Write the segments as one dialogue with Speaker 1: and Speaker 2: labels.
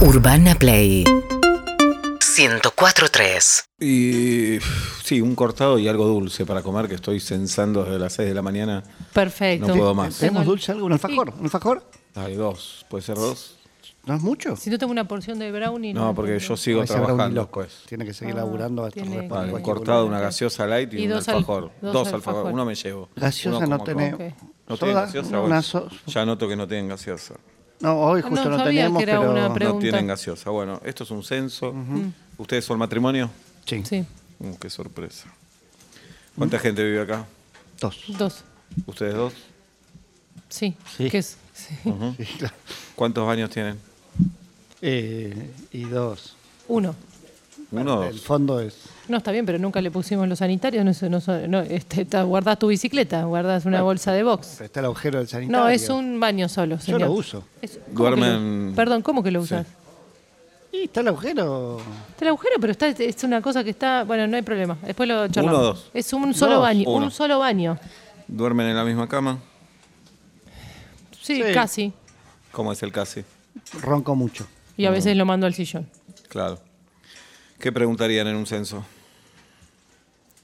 Speaker 1: Urbana Play 104.3
Speaker 2: Y sí, un cortado y algo dulce para comer que estoy censando desde las 6 de la mañana.
Speaker 3: Perfecto.
Speaker 2: No puedo más.
Speaker 3: Tengo-
Speaker 4: ¿Tenemos dulce algo? ¿Un alfajor? ¿Un alfajor?
Speaker 2: Hay dos, puede ser dos.
Speaker 4: ¿No es mucho?
Speaker 3: Si no tengo una porción de brownie.
Speaker 2: No, porque yo sigo
Speaker 4: Ahí se habrá un
Speaker 2: trabajando
Speaker 4: loco.
Speaker 2: después.
Speaker 4: Tiene que seguir laburando hasta
Speaker 3: Ah, tiene
Speaker 4: responder
Speaker 2: Vale, un
Speaker 4: cualquier
Speaker 2: cortado,
Speaker 4: boludo.
Speaker 2: una gaseosa light y,
Speaker 3: Y
Speaker 2: un
Speaker 3: dos al-
Speaker 2: alfajor.
Speaker 3: dos
Speaker 2: dos
Speaker 3: alfajor.
Speaker 2: alfajor, uno me llevo.
Speaker 4: Gaseosa
Speaker 2: Uno
Speaker 4: no
Speaker 2: como
Speaker 4: tenés.
Speaker 2: como.
Speaker 3: Ok.
Speaker 2: ¿No tienen
Speaker 4: Soda,
Speaker 2: gaseosa?
Speaker 4: una
Speaker 2: Bueno,
Speaker 4: so-
Speaker 2: ya noto que no tienen gaseosa.
Speaker 4: No, hoy
Speaker 3: Ah,
Speaker 4: justo
Speaker 3: no
Speaker 4: no,
Speaker 3: sabía que
Speaker 4: tenemos,
Speaker 3: era
Speaker 4: pero...
Speaker 3: una pre-
Speaker 2: No
Speaker 3: Pregunta.
Speaker 2: tienen gaseosa. Bueno, esto es un censo. ¿Ustedes son matrimonio?
Speaker 4: Sí,
Speaker 3: Sí,
Speaker 2: Mm, qué sorpresa. ¿Cuánta gente vive acá?
Speaker 4: dos.
Speaker 3: dos.
Speaker 2: ¿Ustedes dos?
Speaker 3: Sí.
Speaker 4: Sí.
Speaker 3: ¿Qué es? Sí.
Speaker 4: Sí, claro.
Speaker 2: ¿Cuántos baños tienen?
Speaker 4: Eh, y dos.
Speaker 3: Uno.
Speaker 2: ¿Uno o
Speaker 4: El
Speaker 2: dos?
Speaker 4: fondo es...
Speaker 3: No, está bien, pero nunca le pusimos los sanitarios. No, sé, no, sé, no, este, está- guardás tu bicicleta, guardás una bolsa de box.
Speaker 4: Está el agujero del sanitario.
Speaker 3: No, es un baño solo,
Speaker 4: Yo
Speaker 3: señor.
Speaker 4: lo uso.
Speaker 3: Es- ¿cómo
Speaker 2: Duermen-
Speaker 3: que lo- perdón, ¿cómo que lo
Speaker 2: Sí.
Speaker 3: usas?
Speaker 4: Y está el agujero...
Speaker 3: Está el agujero, pero está, es una cosa que está... Bueno, no hay problema. Después lo charlamos.
Speaker 2: Uno, dos.
Speaker 3: Es un solo baño.
Speaker 2: uno.
Speaker 3: Un solo baño.
Speaker 2: ¿Duermen en la misma cama?
Speaker 3: Sí,
Speaker 4: Sí.
Speaker 3: casi.
Speaker 2: ¿Cómo es el casi?
Speaker 4: Ronco mucho.
Speaker 3: Y a veces lo mando al sillón.
Speaker 2: Claro. ¿Qué preguntarían en un censo?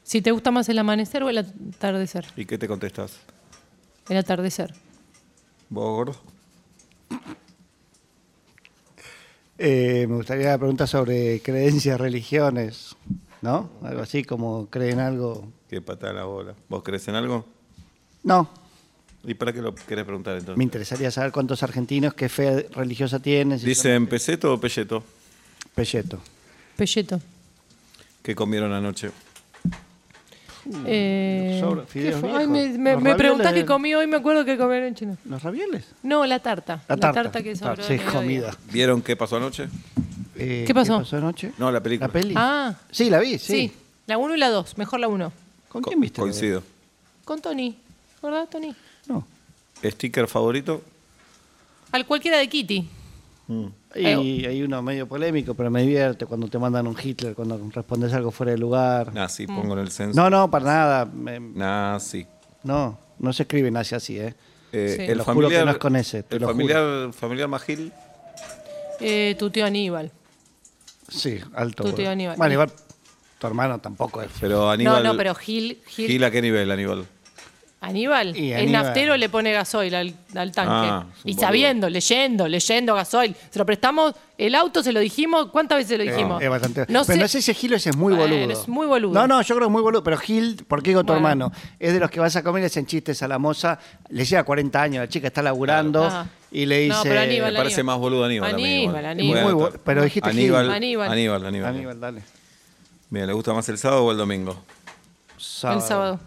Speaker 3: Si te gusta más el amanecer o el atardecer.
Speaker 2: ¿Y qué te contestás?
Speaker 3: El atardecer.
Speaker 2: ¿Vos, gordo?
Speaker 4: Eh, me gustaría preguntar sobre creencias, religiones, ¿no? Algo así como creen algo...
Speaker 2: Qué patada la bola. ¿Vos crees en algo?
Speaker 4: No,
Speaker 2: ¿Y para qué lo querés preguntar entonces?
Speaker 4: me interesaría saber cuántos argentinos, qué fe religiosa tienen. si son-
Speaker 2: ¿Dicen peseto o pelleto?
Speaker 4: Pelleto.
Speaker 3: Pelleto.
Speaker 2: ¿Qué comieron anoche?
Speaker 3: Eh,
Speaker 4: Sobra,
Speaker 3: ¿qué
Speaker 4: Mm, fideos
Speaker 3: fue?
Speaker 4: viejos.
Speaker 3: Ay, me, me,
Speaker 4: Los
Speaker 3: me preguntás
Speaker 4: ravioles
Speaker 3: qué
Speaker 4: de-
Speaker 3: comí hoy, me acuerdo que comí en China.
Speaker 4: ¿Los ravioles?
Speaker 3: No, la tarta. La tarta, que sobró.
Speaker 4: Tarta, Ah,
Speaker 3: del
Speaker 4: sí,
Speaker 3: mediodía.
Speaker 4: comida.
Speaker 2: ¿Vieron qué pasó anoche?
Speaker 4: Eh,
Speaker 3: ¿Qué pasó?
Speaker 4: ¿Qué pasó anoche?
Speaker 2: No, la película.
Speaker 4: ¿La peli?
Speaker 3: Ah,
Speaker 4: Sí, la vi,
Speaker 3: sí.
Speaker 4: sí.
Speaker 3: La 1 y la 2. Mejor la 1.
Speaker 4: ¿Con
Speaker 2: Co-
Speaker 4: quién viste? la
Speaker 2: Coincido.
Speaker 3: Con Tony. ¿Verdad, Tony?
Speaker 4: peli? No.
Speaker 2: ¿Sticker favorito?
Speaker 3: Al cualquiera de Kitty. Eh,
Speaker 4: Y hay uno medio polémico, pero me divierte cuando te mandan un Hitler, cuando respondes algo fuera de lugar.
Speaker 3: Mm.
Speaker 2: Nazi, pongo en el censo.
Speaker 4: No, no, para nada. me-
Speaker 2: Nazi.
Speaker 4: no, no se escribe nazi así, ¿eh?
Speaker 2: Eh,
Speaker 3: Sí.
Speaker 2: El
Speaker 4: Lo juro
Speaker 2: familiar,
Speaker 4: que no es con ese, te
Speaker 2: el
Speaker 4: lo
Speaker 2: familiar, familiar Magil.
Speaker 3: Eh, tu tío Aníbal.
Speaker 4: Sí, alto.
Speaker 3: Tu
Speaker 4: boludo.
Speaker 3: tío Aníbal.
Speaker 4: Bueno, igual tu hermano tampoco es.
Speaker 2: Pero Aníbal.
Speaker 3: no, pero Gil- Gil-
Speaker 2: ¿Gil a qué nivel, Aníbal?
Speaker 3: Aníbal,
Speaker 4: Y
Speaker 3: el
Speaker 4: Aníbal.
Speaker 3: naftero le pone gasoil al, al tanque.
Speaker 2: Ah, es un
Speaker 3: y
Speaker 2: boludo.
Speaker 3: sabiendo, leyendo, leyendo gasoil. Se lo prestamos, el auto se lo dijimos, ¿cuántas veces lo
Speaker 4: Eh,
Speaker 3: dijimos?
Speaker 4: es bastante.
Speaker 3: No
Speaker 4: pero
Speaker 3: sé-
Speaker 4: no sé si Gil ese es muy
Speaker 3: Bueno,
Speaker 4: boludo.
Speaker 3: es muy boludo.
Speaker 4: No, no, yo creo que es muy boludo. Pero Gil, ¿por qué digo tu
Speaker 3: Bueno.
Speaker 4: hermano? Es de los que vas a comer y le hacen chistes a la moza. Le llega 40 años, la chica está laburando
Speaker 3: Claro. Ah.
Speaker 4: y le dice.
Speaker 3: No, pero Aníbal,
Speaker 2: Me parece más boludo Aníbal. a mí,
Speaker 3: Aníbal,
Speaker 2: igual.
Speaker 3: Aníbal.
Speaker 2: Voy a
Speaker 4: Muy
Speaker 2: anotar.
Speaker 4: bo- pero dijiste Gil.
Speaker 2: Aníbal, Aníbal.
Speaker 3: Aníbal.
Speaker 2: Aníbal, Aníbal.
Speaker 4: Aníbal, dale.
Speaker 2: Mira, ¿le gusta más el sábado o el domingo?
Speaker 4: Sábado.
Speaker 3: El sábado.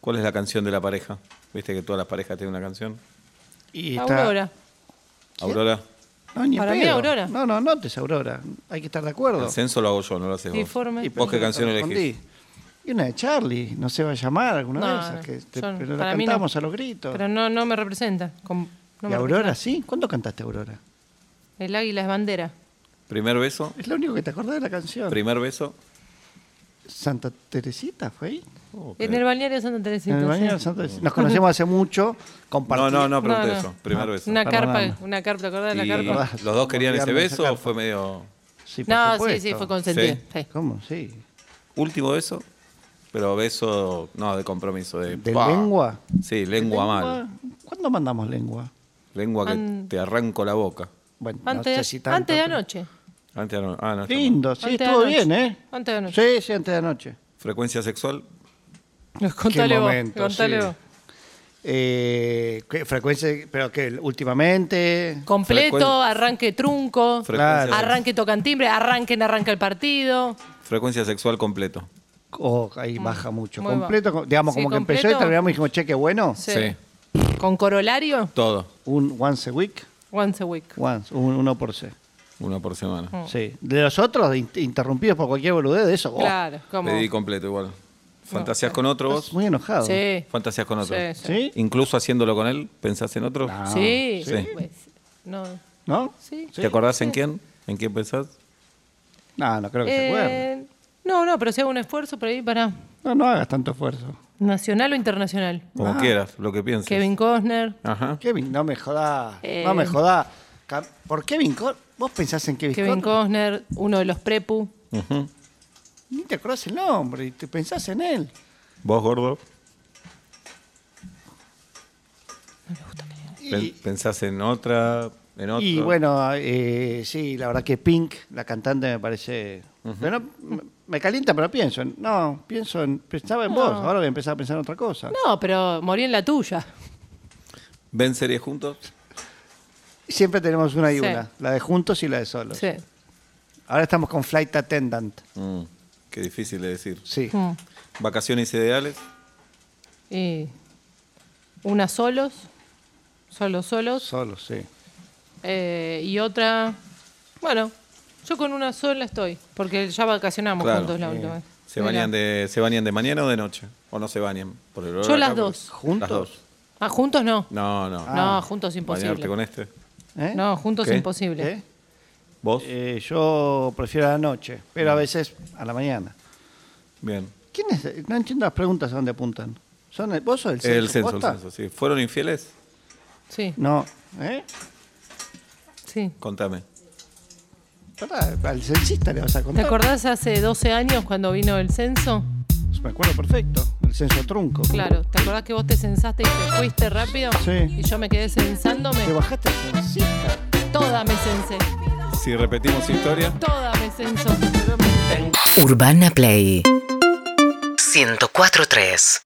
Speaker 2: ¿Cuál es la canción de la pareja? ¿Viste que todas las parejas tienen una canción?
Speaker 4: Y está-
Speaker 3: Aurora.
Speaker 2: Aurora,
Speaker 4: No, ni en
Speaker 3: Para mí,
Speaker 4: pedo.
Speaker 3: Aurora.
Speaker 4: No, no, no, te es Aurora. Hay que estar de acuerdo.
Speaker 2: el censo lo hago yo, no lo haces vos.
Speaker 3: Informe.
Speaker 4: Y
Speaker 2: ¿Vos qué
Speaker 4: pero
Speaker 2: canción
Speaker 4: te respondí.
Speaker 2: elegís?
Speaker 4: Y una de Charlie, no se va a llamar alguna
Speaker 3: No,
Speaker 4: de esas, que te-
Speaker 3: yo-
Speaker 4: pero la
Speaker 3: para mí no.
Speaker 4: cantamos a los gritos.
Speaker 3: Pero no, no me representa. com- no
Speaker 4: ¿Y
Speaker 3: me
Speaker 4: Aurora sí? ¿Cuándo cantaste Aurora?
Speaker 3: representa. El águila es bandera.
Speaker 2: ¿Primer beso?
Speaker 4: Es lo único que te acordás de la canción.
Speaker 2: ¿Primer beso?
Speaker 4: Santa Teresita fue ahí.
Speaker 2: Oh,
Speaker 3: En el balneario de Santa Teresita.
Speaker 4: En el baño de
Speaker 3: sí.
Speaker 4: Santa Teresita. Nos conocemos hace mucho,
Speaker 2: No,
Speaker 4: compartimos.
Speaker 2: no, no, pregunté
Speaker 3: No, no.
Speaker 2: eso. Primer beso.
Speaker 3: Una
Speaker 4: Perdóname.
Speaker 3: carpa, una carpa, ¿te acordás de la
Speaker 2: ¿Y
Speaker 3: carpa?
Speaker 4: carpa.
Speaker 2: ¿Los dos querían ese
Speaker 4: Olvidarme esa
Speaker 2: beso o
Speaker 4: carpa.
Speaker 2: fue medio...
Speaker 4: Sí, por
Speaker 3: No, sí,
Speaker 4: supuesto.
Speaker 3: sí, fue consentido.
Speaker 2: Sí.
Speaker 3: Sí.
Speaker 4: ¿Cómo? Sí.
Speaker 2: Último beso, pero beso, no, de compromiso. ¿De,
Speaker 4: ¿De
Speaker 2: ¡Pah!
Speaker 4: lengua?
Speaker 2: Sí, lengua, mal.
Speaker 4: ¿Cuándo mandamos lengua?
Speaker 2: Lengua que
Speaker 3: An-
Speaker 2: te arranco la boca.
Speaker 4: Bueno, no
Speaker 3: Antes,
Speaker 4: sé si tanto,
Speaker 3: antes de
Speaker 4: pero-
Speaker 3: anoche.
Speaker 2: Antes no- ah, no, está mal.
Speaker 4: Lindo, sí,
Speaker 3: Antes de
Speaker 4: estuvo
Speaker 3: anoche.
Speaker 4: bien, ¿eh?
Speaker 3: Antes de anoche.
Speaker 4: Sí, sí, antes de anoche.
Speaker 2: ¿Frecuencia sexual?
Speaker 3: Contale vos.
Speaker 4: momento,
Speaker 3: contale
Speaker 4: sí.
Speaker 3: vos.
Speaker 4: Eh, ¿qué frecuencia, pero que últimamente.
Speaker 3: Completo,
Speaker 2: Frecuencia-
Speaker 3: arranque trunco,
Speaker 2: Frecuencia,
Speaker 4: Claro.
Speaker 3: arranque tocan timbre, arranque en arranca el partido.
Speaker 2: frecuencia sexual completo.
Speaker 4: O ahí baja mucho.
Speaker 3: Mm. muy
Speaker 4: Completo,
Speaker 3: bajo.
Speaker 4: digamos,
Speaker 3: Sí,
Speaker 4: como que empezó y
Speaker 3: completo.
Speaker 4: terminamos y dijimos, che, qué bueno.
Speaker 3: Sí. Con corolario,
Speaker 2: Todo,
Speaker 4: Un once a week,
Speaker 3: once a week.
Speaker 4: once, un- uno por C.
Speaker 2: uno por semana.
Speaker 3: Mm,
Speaker 4: Sí. De los otros, in- interrumpidos por cualquier boludez, de eso. oh,
Speaker 3: Claro, como.
Speaker 2: Pedí completo igual. ¿Fantasías con otro
Speaker 4: estás
Speaker 2: vos?
Speaker 4: muy enojado.
Speaker 3: Sí.
Speaker 2: ¿Fantasías con otro?
Speaker 3: Sí, sí.
Speaker 4: ¿Sí?
Speaker 2: ¿Incluso haciéndolo con él? ¿Pensás en otro?
Speaker 4: No.
Speaker 3: Sí.
Speaker 2: Sí.
Speaker 3: pues, no.
Speaker 4: ¿No?
Speaker 3: Sí.
Speaker 2: ¿Te acordás en quién? ¿En quién pensás?
Speaker 4: No, no creo que se acuerde.
Speaker 3: Eh, no, no, pero si hago un esfuerzo por ahí para
Speaker 4: No, no hagas tanto esfuerzo.
Speaker 3: nacional o internacional.
Speaker 4: Ah.
Speaker 2: Como quieras, lo que pienses.
Speaker 3: Kevin Costner.
Speaker 2: Ajá.
Speaker 4: Kevin, no me jodas.
Speaker 3: Eh.
Speaker 4: No me jodas. Cam- ¿Por Kevin Costner? ¿Vos pensás en Kevin,
Speaker 3: Kevin
Speaker 4: Costner?
Speaker 3: Costner, uno de los prepu.
Speaker 2: Ujú.
Speaker 4: Ni te acordás el nombre, y te pensás en él.
Speaker 2: ¿Vos, gordo?
Speaker 4: Y,
Speaker 2: Pen- ¿Pensás en otra? En otro?
Speaker 4: y bueno, eh, sí, la verdad que Pink, la cantante, me parece. pero no- me- me calienta, pero pienso. en- no, pienso en. Pensaba en vos, ahora voy a empezar a pensar en otra cosa.
Speaker 3: No, pero morí en la tuya.
Speaker 2: ¿Ven series juntos?
Speaker 4: Siempre tenemos una y
Speaker 3: Sí.
Speaker 4: una, la de juntos y la de solos.
Speaker 3: Sí.
Speaker 4: Ahora estamos con Flight Attendant.
Speaker 2: Mm, qué difícil de decir.
Speaker 4: Sí.
Speaker 3: Mm.
Speaker 2: ¿Vacaciones ideales?
Speaker 3: Y una solos, solos, solos.
Speaker 4: Solos, sí.
Speaker 3: eh, y otra, bueno, yo con una sola estoy, porque ya vacacionamos
Speaker 2: Claro,
Speaker 3: juntos la
Speaker 2: eh,
Speaker 3: última vez.
Speaker 2: ¿Se bañan, de, ¿Se bañan de mañana o de noche? ¿O no se bañan? Por el olor
Speaker 3: Yo
Speaker 2: acá,
Speaker 3: las
Speaker 2: pero-
Speaker 3: dos.
Speaker 4: ¿Juntos?
Speaker 2: Las dos.
Speaker 3: Ah, juntos no.
Speaker 2: No, no.
Speaker 4: Ah.
Speaker 3: no, juntos imposible.
Speaker 2: ¿Bañarte con este?
Speaker 4: ¿Eh?
Speaker 3: No, juntos
Speaker 2: ¿Qué?
Speaker 3: imposible.
Speaker 4: ¿Eh?
Speaker 2: ¿Vos?
Speaker 4: Eh, yo prefiero a la noche, pero
Speaker 2: Mm.
Speaker 4: a veces a la mañana.
Speaker 2: Bien.
Speaker 4: ¿Quién es? No entiendo las preguntas a dónde apuntan. ¿Son el, ¿Vos sos el censo?
Speaker 2: El censo, el
Speaker 4: posta?
Speaker 2: censo, sí. ¿Fueron infieles?
Speaker 3: Sí,
Speaker 4: No, ¿eh?
Speaker 3: sí.
Speaker 2: Contame.
Speaker 4: Pará, al censista le vas a
Speaker 3: ¿Te
Speaker 4: contar.
Speaker 3: acordás hace 12 años cuando vino el censo?
Speaker 4: Me acuerdo perfecto. El censo trunco.
Speaker 3: Claro, ¿te acordás que vos te censaste y te fuiste rápido?
Speaker 4: Sí.
Speaker 3: Y yo me quedé censándome.
Speaker 4: Te bajaste al censista.
Speaker 3: Toda me censé.
Speaker 2: Si repetimos historia,
Speaker 3: Toda me censó.
Speaker 1: Urbana Play 104.3